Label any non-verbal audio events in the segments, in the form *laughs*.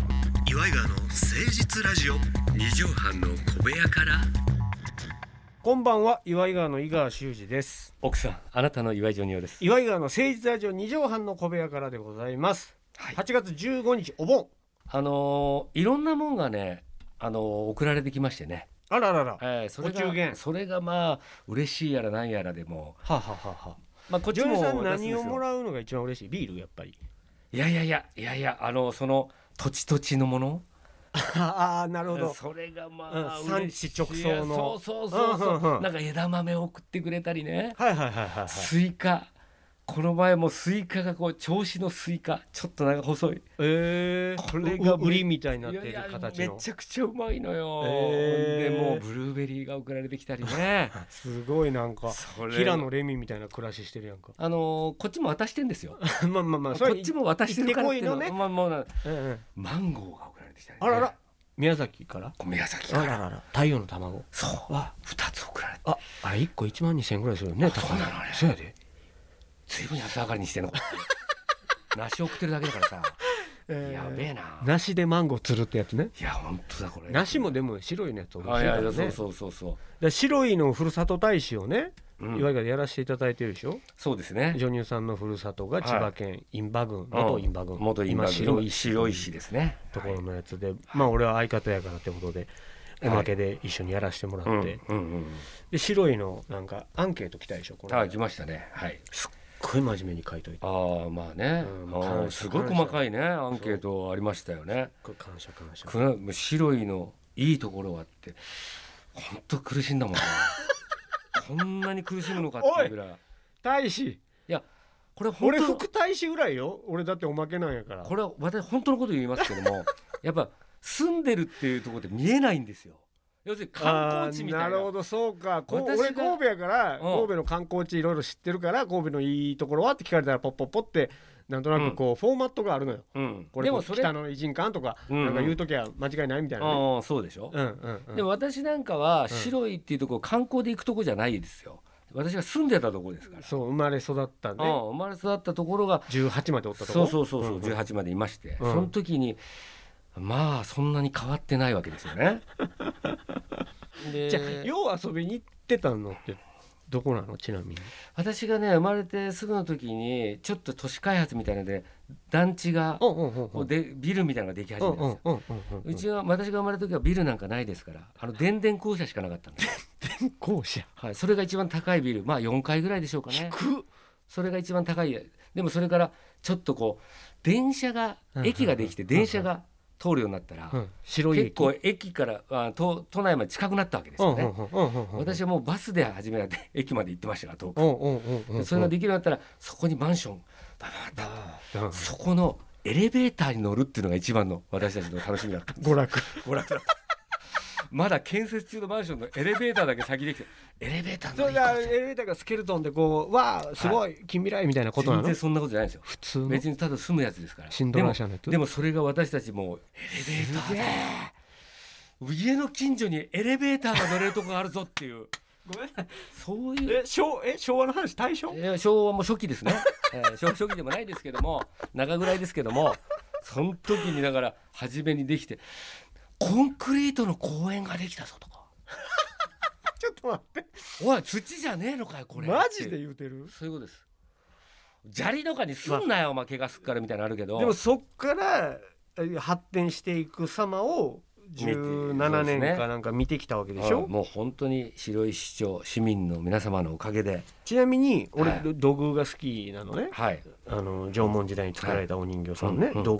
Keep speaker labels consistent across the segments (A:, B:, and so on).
A: イガーの誠実ラジオ
B: 二畳半の小部屋から
C: こんばんは岩井川の井川修司です
B: 奥さんあなたの岩井ジョニオです
C: 岩井川の誠実ラジオ二畳半の小部屋からでございます、
B: はい
C: 8月15日お盆
B: あのーいろんなもんがねあのー送られてきましてね、
C: あらららは
B: えーそれが
C: お中元
B: それがまあ嬉しいやらなんやらでも
C: あ、はあはは
B: まあこっ
C: ジョニーさん
B: 出すで
C: 何
B: すよ
C: をもらうのが一番嬉しいビールやっぱり
B: いやいやいやいやいやあのその土地土地のもの
C: *laughs* ああなる
B: それがまあ、
C: うん産地直送の
B: そうそうそうそう,、
C: うんうんうん
B: なんか枝豆を送ってくれたりね、
C: はいはいはいはいはい
B: スイカこの前もスイカがこう調子のスイカちょっと長細い
C: えー、
B: これが
C: う売りみたいになって
B: い
C: る
B: やいや
C: 形
B: め
C: の
B: ちゃくちゃうまいのよ、
C: へー
B: でもうブルーベリーが送られてきたり
C: *laughs*
B: ね
C: すごいなんか
B: それ
C: 平野レミみたいな暮らししてるやんか
B: あのーこっちも渡してんですよ、
C: *laughs* まあまあまあそれ
B: こっちも渡してるからっていうの
C: 行ってこいの
B: まあまあまあ
C: うんうん
B: マンゴーが送られてきたり、ね、
C: あらら宮崎から
B: 米屋崎
C: あ
B: から
C: ららら太陽の卵
B: そう2つ送られて
C: ああれ1個1万2000円ぐらいするよね高い
B: そうなのあれ
C: そうやで
B: ずいぶん安上がりにしてん
C: *laughs*
B: の梨送ってるだけだからさやべえな
C: 梨でマンゴー釣るってやつね
B: いや本当だこれ
C: 梨もでも白いのやつ面白
B: あ
C: い
B: い
C: か
B: や
C: ら
B: い
C: ね
B: やそう
C: だか
B: そうそうそ
C: ら白いのふるさと大使をね、
B: う、う
C: い
B: ん
C: わゆるやらせていただいてるでしょ
B: そうですね
C: ジョニューさんのふるさとが千葉県印旛郡、
B: うん
C: 元印旛郡
B: 元今
C: 今白
B: 白い
C: い
B: 白い石ですね
C: ところのやつで、まあ俺は相方やからってことでおまけで一緒にやらせてもらって、
B: はいうんうんうん
C: で白いのなんかアンケート来たでしょこれ、
B: あ来ましたねはい
C: すっごい真面目に書いといて
B: ああまあね、
C: うん
B: あー
C: 感謝
B: すごい細かいねアンケートありましたよね
C: これ感謝感謝
B: くなもう白いのいいところはって本当苦しんだ
C: *laughs*
B: もんねこんなに苦しむのかっていうぐらいい
C: 大使
B: やこれ本
C: 俺
B: 当
C: 副大使ぐらいよ俺だっておまけなんやから
B: これは私本当のこと言いますけども
C: *laughs*
B: やっぱ住んでるっていうところで見えないんですよ要するに観光地みた
C: あ
B: い
C: ー
B: な
C: るほどそうかこう
B: 私が
C: 俺神戸やから、
B: ん
C: 神戸の観光地いろいろ知ってるから神戸のいいところはって聞かれたらポッポッポってなんとなくこう、フォーマットがあるのよ
B: うん、
C: これ
B: で
C: こ
B: も
C: う
B: それ
C: 北の偉人館とか、
B: うんうん
C: なんか言うときは間違いないみたいなね、
B: ああそうでしょ、
C: うんうんうん、
B: でも私なんかは
C: ん
B: 白いっていうところ観光で行くとこじゃないですよ私が住んでたところですから、
C: そう生まれ育った
B: ああ
C: ね
B: 生まれ育ったところが
C: 18までおったとこ
B: そうそうそうそう、
C: んん
B: 18までいまして、
C: うん
B: その時にまあそんなに変わってないわけですよ
C: *laughs*
B: ね。で
C: じゃあよう遊びに行ってたのってどこなのちなみに
B: 私がね生まれてすぐの時にちょっと都市開発みたいなので団地が
C: うんうんうん
B: こうでビルみたいなのができ始めたんですよ。
C: うんう
B: うちは私が生まれた時はビルなんかないですからあの電電校舎しかなかったんです、
C: 校舎
B: はい、それが一番高いビルまあ4階ぐらいでしょうかね
C: く
B: それが一番高いでもそれからちょっとこう電車が
C: うんうん
B: 駅ができて電車が通るようになったら、
C: うん白い
B: 結
C: 駅
B: 構駅からあ都都内まで近くなったわけですよね、
C: うんうんうんうんうん
B: 私はもうバスで初めて駅まで行ってましたから遠く、
C: うんうんうんうんうん
B: でそれができるようになったらそこにマンションババババ
C: うん
B: そこのエレベーターに乗るっていうのが一番の私たちの楽しみだった
C: 娯楽
B: ご覧ください *laughs* まだ建設中のマンションのエレベーターだけ先できてエレベーター
C: そ
B: の
C: れ
B: 行こ
C: が
B: う
C: エ
B: ぜ
C: レベーターがスケルトンでこうわあすごい近未来みたいなことな
B: 全
C: の
B: 然そんなことじゃないですよ
C: 普通の
B: 別にただ住むやつですから
C: シンドラー社のやつ
B: でもでもそれが私たちもうエレベーターだ家の近所にエレベーターが乗れるとこがあるぞっていう
C: ごめん
B: そういう
C: え昭え昭和の話大正
B: いや昭和も初期ですね、えー昭和初期でもないですけども中ぐらいですけどもその時にだから初めにできてコンクリートの公園ができたぞとか
C: ちょっと待って
B: おい土じゃねえのかよこれ
C: マジで言うてる
B: そういうことです砂利とかにすんなよ、まあ、怪我すっからみたいなのあるけど
C: でもそっからえ発展していく様を17年かなんか見てきたわけでし
B: う
C: ょ
B: んもう本当に白石町市民の皆様のおかげで
C: ちなみに俺
B: はい
C: 土偶が好きなのね
B: はい
C: あの縄文時代に作られたお人形さんね
B: はいうんうん
C: 土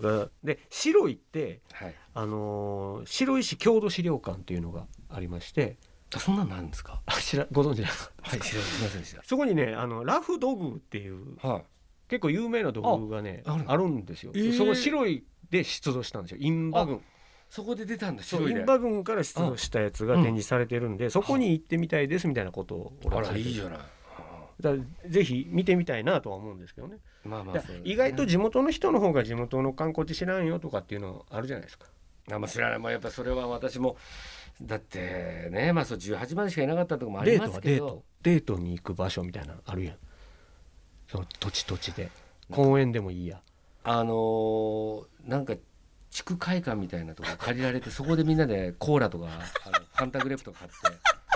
C: 偶がで白いって
B: はい
C: あのー白石郷土資料館っていうのがありまして
B: あそんなんなんですか
C: あ知らご存知ない
B: はい知らすいませんでし
C: そこにねあのラフ道具っていう
B: たはい
C: 結構有名な道具がね
B: ああ
C: あ
B: る
C: るんですよ、
B: えー
C: そこ白いで出土したんですよ印旛軍
B: そこで出たんだ
C: そ
B: 白
C: う
B: い
C: 印
B: で
C: 旛軍から出土したやつが
B: うん
C: 展示されてるんで、そこに行ってみたいですみたいなことを俺
B: あ
C: は
B: ら
C: 書
B: い
C: いて
B: い
C: る
B: じゃない
C: だからぜひ見てみたいなとは思うんですけどね
B: まあまあ
C: だ
B: そ
C: か
B: う
C: ら
B: ですね
C: 意外と地元の人の方が地元の観光地知らんよとかっていうのあるじゃないですか
B: あまあ知らないもうやっぱそれは私もだってねまあそう18までしかいなかったとこもあり
C: デ
B: ま
C: ート
B: す
C: は
B: け
C: デー
B: ど
C: トデートに行く場所みたいなのあるやんその土地土地で公園でもいいや
B: あのーなんか地区会館みたいなとこ借りられてそこでみんなでコーラとかあのファンタグレープとか買って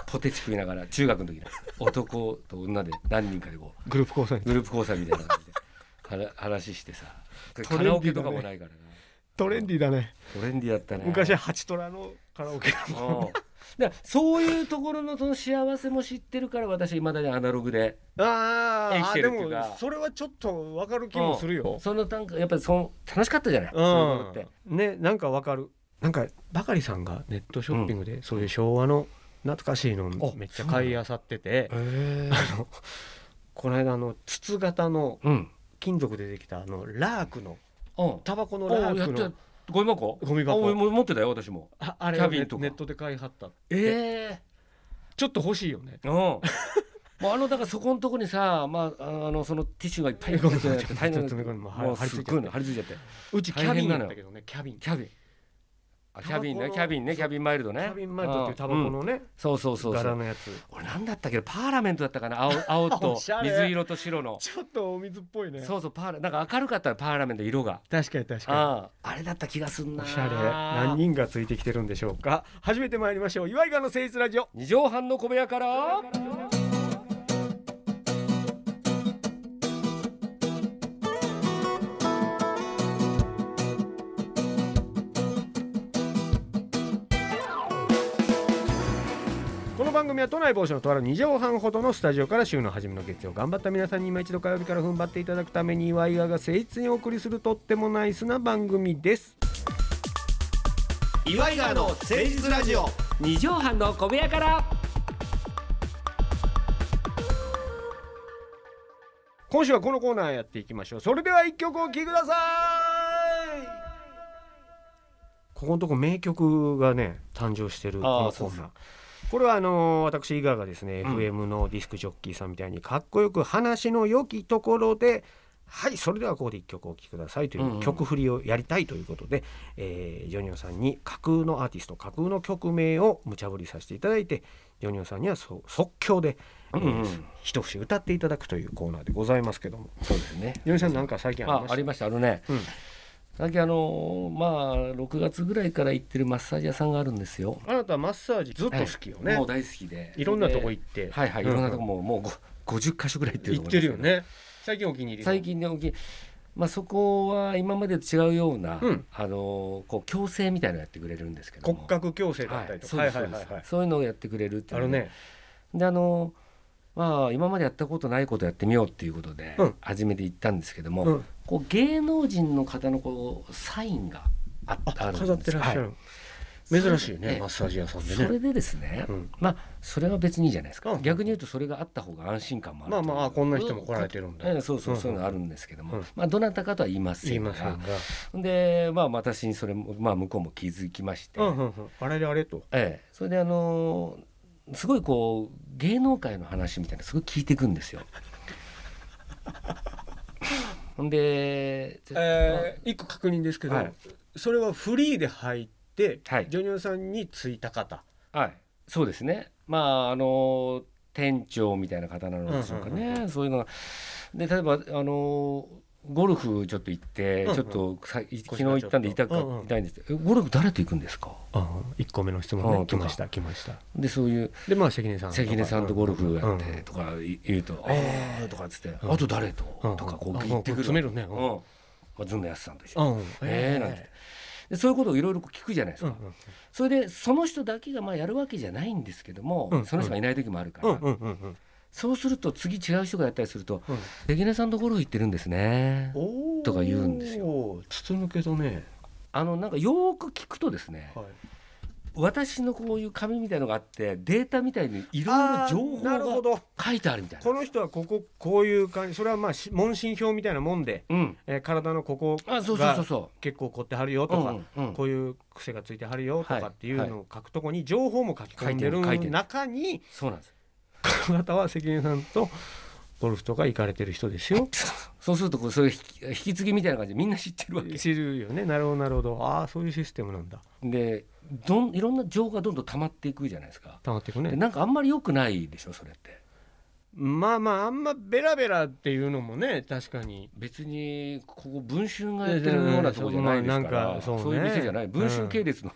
B: ポテチ食いながら中学の時の男と女で何人かでこう
C: グループ構成
B: グループ交際みたいな感じで話話してさ
C: トレンディーだ
B: カ
C: ね
B: ラオケとかもないからな
C: トレンディーだね
B: トレンディーだったね
C: 昔ハチトラのカラオケ
B: うんだからそういうところのその幸せも知ってるから私いまだにアナログで
C: あー
B: 生き
C: あ
B: て
C: で
B: るってい
C: も
B: うか
C: それはちょっとわかる気もするよ
B: そのなんかやっぱりその楽しかったじゃない、
C: う
B: そういうのって
C: んねなんかわかるなんかばかりさんがネットショッピングでそういう昭和の懐かしいのを
B: あ
C: めっちゃ買い漁っててあのこの間あの筒型の
B: うん
C: 金属でできたあのラークの
B: うん
C: タバコの
B: お
C: ラ
B: や
C: ー
B: っ
C: ク
B: て
C: の
B: ゴミ箱
C: ゴミ箱
B: あ俺も持ってたよ私も
C: ああれ
B: キャ
C: を
B: ビ
C: ネ
B: ンとか
C: ネットで買いはった
B: ええ
C: ちょっと欲しいよね
B: *laughs* うんもうあのだからそこのとこにさ、まあ、あのあのそのティッシュがいっぱい入ってて
C: ごめんごめ
B: 大
C: ん
B: 変な
C: ちょっとごめんもうは
B: もう
C: 張り
B: す
C: 付
B: っご
C: いちゃって
B: いの張り付いちゃって
C: うちキャ
B: 大
C: ビ
B: 変
C: ン
B: なの
C: だっ
B: よ
C: たけどねキャビン
B: キャビンあキャビンね
C: タバコの
B: キャビンねキャビンマイルド
C: キ
B: ね
C: ャビンマイルドっていうタバコ
B: うんうん
C: のね
B: そうそうそうそ
C: 柄
B: う
C: のやつ
B: 俺なんだったっけどパーラメントだったかな
C: *laughs*
B: 青青と
C: おしゃれ
B: 水色と白の
C: ちょっとお水っぽいね
B: そうそうパーラなんか明るかったらパーラメント色が
C: 確かに確か
B: あああれだった気がすん
C: に
B: な
C: おしゃれ何人がついてきてるんでしょうか初めて参りましょう岩井川の誠実ラジオ
B: 二畳半の小部屋から
C: この番組は都内某所のとある2畳半ほどのスタジオから週の初めの月曜頑張った皆さんに今一度火曜日から踏ん張っていただくために岩井川が誠実にお送りするとってもナイスな番組です
A: 岩井川の誠実ラジオ
B: 二畳半の小部屋から
C: 今週はこのコーナーやっていきましょうそれでは一曲お聴きくださいここのとこ名曲がね誕生してるこ
B: あー
C: のコ
B: そう
C: ー
B: そ
C: ナ
B: う
C: ーこれはあのー私伊賀がですね、
B: うん
C: FM のディスクジョッキーさんみたいにかっこよく話の良きところではいそれではここで一曲お聴きくださいとい
B: うんうん
C: う曲振りをやりたいということで、えージョニオさんに架空のアーティスト架空の曲名を無茶ぶりさせていただいてジョニオさんにはそう即興で、えー
B: うんうん
C: 一節歌っていただくというコーナーでございますけども
B: そうですね
C: ジョニオさんなんか最近
B: あ
C: ありました
B: ありましたあのね
C: うん
B: 最近あのーまあ6月ぐらいから行ってるマッサージ屋さんがあるんですよ
C: あなたマッサージずっと好きよね、
B: もう
C: い、
B: 大好きで
C: ろんなとこ
B: 行っ
C: 行って
B: てはいはいい
C: うん
B: ろんなとこももうご50箇所ぐらい行ってる
C: 行
B: と
C: っ
B: 思いま
C: て
B: す
C: る
B: けど
C: よね最近お気に入りの
B: 最近ね起きまあそこは今までと違うような、
C: うん
B: あのーこう矯正みたいなのやってくれるんですけども
C: 骨格矯正だったりとか、
B: はい、そうです、そうですそういうのをやってくれるってい
C: あ
B: うの
C: の
B: で
C: ね
B: であのまあ今までやったことないことやってみようっていうことで
C: うん
B: 初めて行ったんですけども、
C: うん
B: こう芸能人の方のこうサインがあっ
C: あ
B: あるんです
C: 飾ってらっしゃる、
B: は
C: 珍しいね
B: え
C: マッサージ屋さんで
B: そ
C: ね
B: れでですね、
C: うん
B: まあそれは別にいいじゃないですか、
C: うん
B: 逆に言うとそれがあった方が安心感もある
C: まあまああこんな人も来られ
B: て
C: てるんだ、
B: ええそうそう
C: うん
B: そういうのあるんですけども、
C: うん
B: まあ、どなたかとは言いませ
C: 言い
B: ん
C: ません
B: が、
C: が
B: で、まあ、私にそれも、まあ、向こうも気づきまして、
C: うんうんうん、あれであれと
B: ええ、それであのーすごいこう芸能界の話みたいなのすごい聞いてくん
C: *laughs*
B: ですよ。ほんで、
C: えー、一個確認ですけど、
B: はい
C: それはフリーで入って、
B: はい
C: ジョニオさんについた方
B: はい、そうですねまああのー店長みたいな方なのでしょうかね、
C: うんうん
B: そういうのが。で例えばあのーゴルフちょっと行って、
C: うんうん
B: ちょっとさい
C: 少
B: 昨
C: し
B: 日
C: は
B: 行ったんで
C: ちょ
B: 痛
C: っと
B: く、
C: うんうん
B: 痛いんですけどえゴルフ誰と行くんですか
C: あ1個目の質
B: 問ね
C: 問ね来
B: 来
C: ま
B: ま
C: し
B: した
C: 来ました
B: でそういう
C: でまあ関根さん
B: 関根さんとゴルフやっ
C: う
B: てとか言うと「ああ」とかっつって「
C: うん
B: あと誰と?」とかこう言ってくる
C: 詰めるね
B: うん
C: う
B: まあ、ずんのやすさんと一緒に
C: ん、うん、
B: えーなんてでそういうことをいろいろ聞くじゃないです
C: う
B: か、
C: んうん
B: それでその人だけがまあやるわけじゃないんですけども、
C: うん
B: その人がいない時もあるから、
C: うんうんうんうん
B: そうすると次違う人がやったりすると
C: うん
B: 「関根さんとゴルフ行ってるんですね
C: おー
B: とか言うんです
C: 筒抜けだね、」
B: あのなんかよーく聞くとですね
C: はい、
B: 私のこういう紙みたいのがあってデータみたいにいろいろ情報
C: なる
B: が
C: ほど
B: 書いてあるみたいな。
C: この人はこここういう感じそれはまあし問診票みたいなもんで、
B: うん、
C: えー、体のここ
B: あそうそうそうそ
C: 結構凝ってはる
B: う。
C: よ
B: う
C: とか、
B: んうんうん
C: こういう癖がついてはるよと
B: はい
C: かっていうのを書くとこに情報も書き込んで
B: 書いてる書いて
C: る
B: る
C: 中に
B: そうなんです
C: この方は関根さんとゴルフとか行かれてる人ですよ。
B: そうするとこうそういう引き引き継ぎみたいな感じでみんな知ってるわけ
C: 知るよねなるほどなるほどああそういうシステムなんだ
B: でどんいろんな情報がどんどん溜まっていくじゃないですか、
C: 溜まっていく
B: で
C: ね。
B: なんかあんまり良くないでしょそれって
C: まあまああんまベラベラっていうのもね確かに
B: 別にここ文春がやってるようなとこじゃないですから
C: いやいやいやそ
B: そうう
C: まあなんかそうね
B: いう店じゃない文春系列の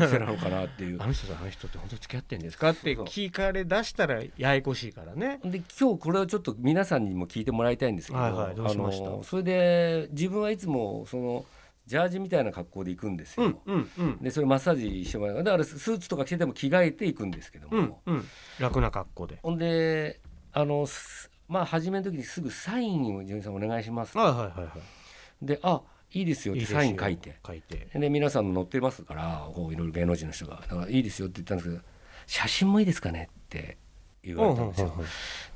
B: 店なのかなっていう
C: あ。の人とあの人って本当付き合ってんですかって
B: そう
C: 聞かれ出したらややこしいからね
B: で今日これをちょっと皆さんにも聞いてもらいたいんですけど,、
C: はいはいどうしました
B: あのそれで自分はいつもそのジャージみたいな格好で行くんですよ。
C: うんうん
B: でそれマッサージしてもらうだからスーツとか着てても着替えていくんですけども、
C: うんうん楽な格好で
B: ほんであのすまあ初めの時にすぐサインを「ジョニーさんお願いします」
C: はいはいはいは
B: で「あいいですよ」っ
C: いい
B: て
C: ですよ
B: サイン書いて
C: 書いて
B: で皆さん載ってますからこういろいろ芸能人の人が「だからいいですよ」って言ったんですけど「写真もいいですかね?」って言われたんですよ。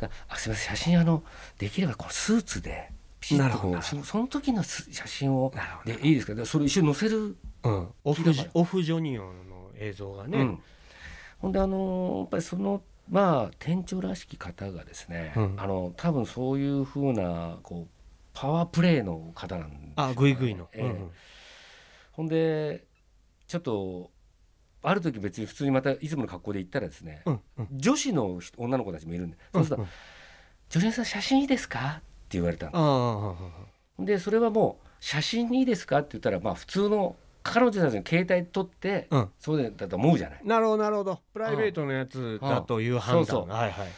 B: だあすみません写真あのできればこのスーツでピシッ
C: なる
B: と
C: ほ
B: こ
C: ど
B: うそその時のす写真を
C: なるほ
B: でいいですかでそれ一緒に載せる、
C: うんオ
B: 聞
C: フ
B: いた
C: ジ
B: から
C: オフジョニオンの映像が
B: う
C: ね
B: ん、ほんであのーやっぱりそのまあ店長らしき方がですね、
C: うん
B: あの多分そういうふうなこうパワープレイの方なんですよね
C: あグイグイの
B: ええ
C: うんうん
B: ほんでちょっとある時別に普通にまたいつもの格好で行ったらですね、
C: うんうん
B: 女子の人女の子たちもいるんで、そうする
C: うんう
B: と「
C: ん
B: 女優さん写真いいですか?」って言われたんです
C: ああ
B: でそれはもう「写真いいですか?」って言ったらまあ普通の彼女たちの携帯撮って、
C: うん
B: そうだと思うじゃない。
C: なるほどなるほどプライベートのやつだという判
B: そうそ
C: 断
B: う
C: がはいはい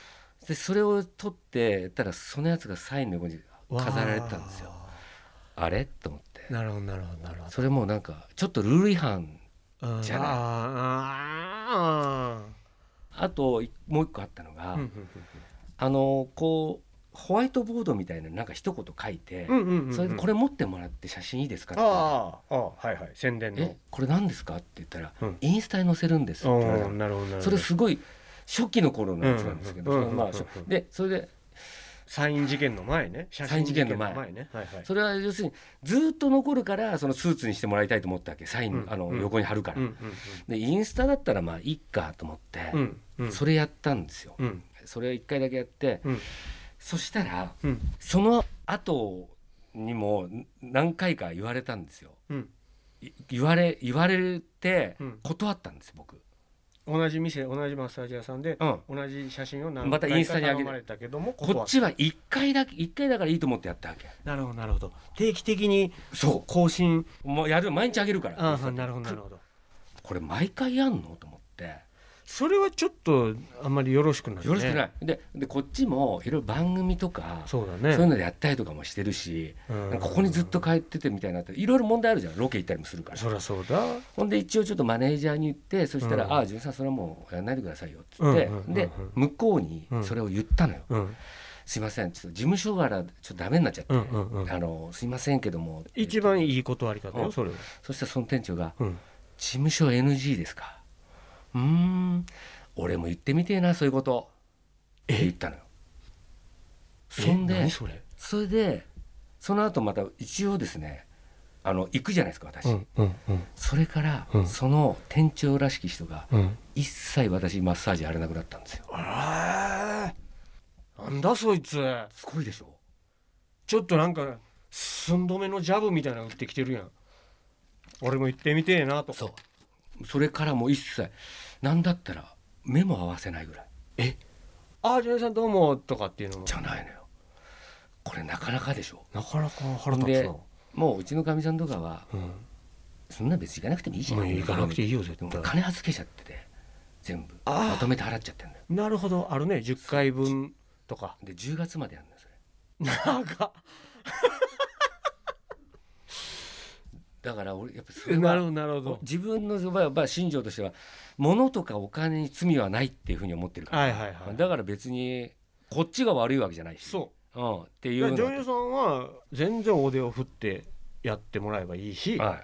B: でそれを撮ってやったらそのやつがサインの横に飾られてたんですよ。
C: わ
B: あれと思って
C: あなるほどなるほどなるほ
B: それもうなんかちょっとルール違反
C: どうん
B: じゃない
C: あ
B: あといもう一個あったの
C: あ
B: が、
C: うん
B: あのこうホワイトボードみたいなのなんか一言書いて、
C: うんうんうんうん
B: それで「これ持ってもらって写真いいですか?」って言ったら
C: ああああはいはい宣伝の
B: えこれ何ですか?」って言ったら、
C: うん
B: インスタに載せるんです」って言われた
C: お
B: の
C: なるほどなるほど
B: それすごい初期の頃のやつなんですけど、
C: うんうん
B: そのま
C: う
B: あ
C: んうんうん
B: でそれで
C: サイン事件の前ね写
B: サイン事件の前
C: 真ねはいはい
B: それは要するにずっと残るからそのスーツにしてもらいたいと思ったわけサイン、
C: うん
B: あの
C: うん
B: 横に貼るから、
C: うん
B: でインスタだったらまあいっかと思って、
C: うんうんうん
B: それやったんですよ、
C: うん
B: それを1回だけやって、
C: うん
B: そしたら
C: うん
B: その後にもん何回か言われたんですよ
C: うん
B: い言われ言われて
C: うん
B: 断ったんです僕、
C: 同じ店同じマッサージ屋さんで
B: うん
C: 同じ写真を何
B: またインスタに上げて
C: 頼まれたけども
B: こっちは1回だけ一回だからいいと思ってやったわけ
C: なるほどなるほど定期的に
B: そ
C: 更新
B: うもうやる毎日あげるから
C: ああなるほどなるほど
B: これ毎回やんのと思って
C: それはちょっとあんまりよろしくないね
B: よろしくない、ででこっちもいろいろ番組とかそう,、
C: そうだね
B: いうのでやったりとかもしてるし、
C: うん
B: ここにずっと帰っててみたいになっていろいろ問題あるじゃんロケ行ったりもするから
C: そりゃそうだ
B: ほんで一応ちょっとマネージャーに言ってそしたら「
C: うん
B: ああ潤さんそれはもうやんないでくださいよ」っつって、
C: うんうんうんうん
B: で向こうにそれを言ったのよ「
C: うん
B: すいませんちょっと事務所柄ちょっとダメになっちゃって、
C: うんうんうん
B: あのすいませんけども」
C: 一番いい断り方
B: う
C: よ
B: ん
C: それは
B: そしたらその店長が
C: うん
B: 「事務所 NG ですか?」うーん俺も言ってみてえなそういうこと」って言ったのよ。そん
C: え
B: で
C: 何それ
B: それでその後また一応ですねあの行くじゃないですか私、
C: うんうんうん
B: それから、
C: うん
B: その店長らしき人が
C: うん
B: 一切私マッサージやれなくなったんですよ
C: あらなんだそいつ
B: すごいでしょ
C: ちょっとなんか寸止めのジャブみたいなの打ってきてるやん俺も行ってみてえなと
B: そうそれからもう一切なんだったら目も合わせないぐらい
C: ああジュニさんどうもとかっていうのも
B: じゃないのよこれなかなかでしょ
C: なかなか腹
B: でもううちのかみさんとかはそんな別に行かなくてもいいじゃん
C: もう行かなくていいよ絶
B: でも
C: 対
B: 金預けちゃってて全部
C: あー
B: まとめて払っちゃってんだよ
C: なるほどあるね10回分とか
B: で10月までやるんだよそれ
C: なんか
B: だから俺やっぱそれ
C: *laughs* なるほ
B: は
C: どなるほど
B: 自分の場合はまあ信条としては物とかお金に罪はないっていうふうに思ってるから、
C: はいはいはい
B: だから別にこっちが悪いわけじゃないし、
C: そう
B: ん、っていううの
C: だから
B: と
C: 女優さんは全然お手を振ってやってもらえばいいし
B: は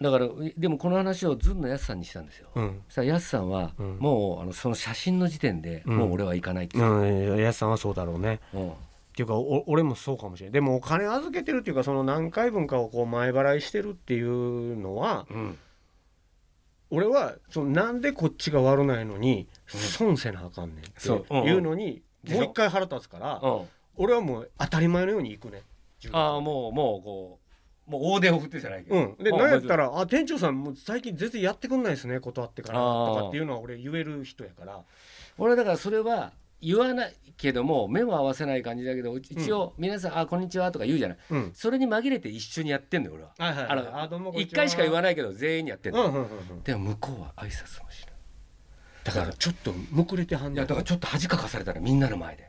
B: い、だからうでもこの話をずんのやすさんにしたんですよ、
C: うん
B: そしたらやすさんは、
C: うん
B: もうあのその写真の時点で、
C: うん
B: もう俺は行かないって
C: う
B: 言っ
C: んやすさんはそうだろうね
B: てた、うん
C: っていうかお俺もそうかもしれないでもお金預けてるっていうかその何回分かをこう前払いしてるっていうのは
B: うん
C: 俺はそのなんでこっちが悪ないのに損せなあかんねんって
B: そううんうん
C: いうのに
B: でしょ
C: もう一回腹立つから
B: うん
C: 俺はもう当たり前のように行くね
B: ああもうもうこうもう大手を振ってじゃないけど、
C: うんで
B: あ
C: なんやったら「あ店長さんもう最近全然やってくんないですね断ってから」
B: あー
C: とかっていうのは俺言える人やから
B: 俺はだからそれは言わないけども目も合わせない感じだけど一応皆さん「あこんにちは」とか言うじゃない
C: うん
B: それに紛れて一緒にやってんのよ俺は
C: はいはい
B: あの一回しか言わ
C: な
B: ない
C: い
B: けど全員にやってん
C: うんう
B: の
C: んうんうん
B: でも向こうは挨拶もしない
C: だからちょっとむくれてはん
B: い
C: ね
B: や
C: ん
B: だからちょっと恥かかされたらみんなの前で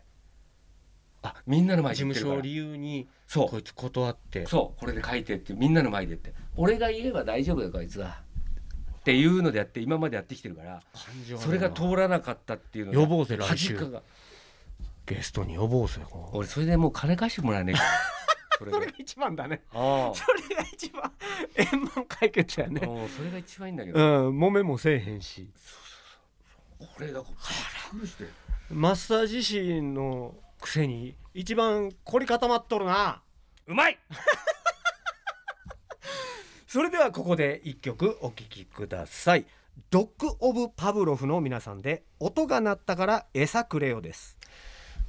B: あみんなの前
C: 事
B: で言
C: 務
B: ってる
C: 所
B: か
C: を
B: ら
C: 理由に
B: そ
C: こいつ断って
B: うそうこれで書いてってみんなの前でって俺が言えば大丈夫だよこいつはっていうのでやって今までやってきてるから
C: 感情あるな
B: それが通らなかったっていうのが
C: 予防生来
B: 恥
C: 週
B: かが
C: ゲストに呼ぼうぜこ
B: 俺それでもう金返してもらえねえからそれで
C: 一番だね
B: ああ
C: それが一番円満解決や
B: もうそれが一番いいんだけ
C: う
B: ど、
C: ん揉めもせえへんし
B: これだからして
C: マッサージ師のくせに一番凝り固まっとるな
B: うまい
C: それではここで一曲お聴きくださいドッグ・オブ・パブロフの皆さんで音が鳴ったから餌くれよです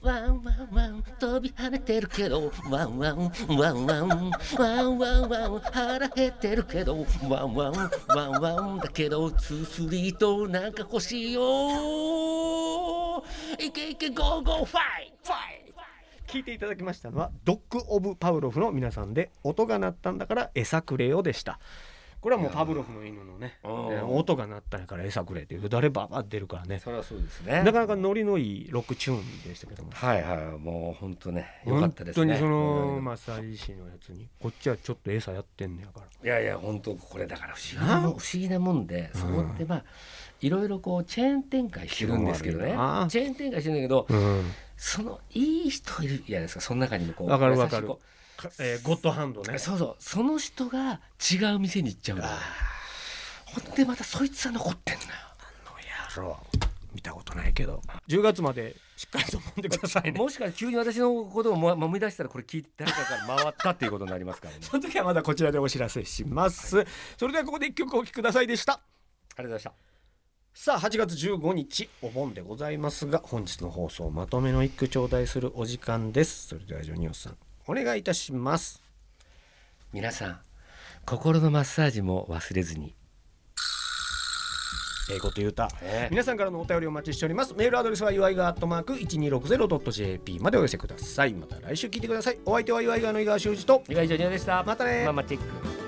D: ワンワンワン飛び跳ねてるけどワンワンワンワンワンワンワン腹減ってるけどワンワンワンワンだけどツースリーとなんか欲しいよいけいけゴーゴーファイトファイト
C: 聞いていただきましたのはドッグ・オブ・パブロフの皆さんで音が鳴ったんだから餌くれよでしたこれはもうパブロフの犬のね
B: うん
C: ね音が鳴ったから餌くれっていう誰ばば出るからね
B: それはそうですね
C: なかなかノリのいいロックチューンでしたけども
B: はいはいもう本当ねよかったですね
C: 本当にそ
B: 本当
C: の
B: に
C: マッサージ師のやつにこっちはちょっと餌やってんねやから
B: いやいや本当これだから不思議なもん不思議なもんでそこってまあいろいろこうチェーン展開してるんですけどね
C: 気分悪いな
B: チェーン展開してるんだけど
C: うん、
B: そのいい人いるじゃないですかその中にもこう
C: わかるわかる
B: 優しい子
C: えーゴッドハンドね
B: そうそうその人が違う店に行っちゃうんだよねほんでまたそいつは残ってんのよ
C: 野郎見たことないけど10月までしっかりと飲んでくださいね
B: *laughs* もしかして急に私のことをももみ出したらこれ聞いて誰かから回ったっていうことになりますからね
C: その時はまだこちらでお知らせします、それではここで一曲お聴きくださいでした
B: ありがとうございました
C: さあ8月15日お盆でございますが本日の放送まとめの一句頂戴するお時間ですそれではジョニオさんお願いいたします
B: 皆さん心のマッサージも忘れずに、
C: ええこと言うた
B: ね
C: 皆さんからのお便りお待ちしておりますメールアドレスは祝いがアットマーク 1260.jp までお寄せくださいまた来週聞いてくださいお相手は祝いがの井川修司と
B: 以上ジョニオでした
C: またね
B: ママチェック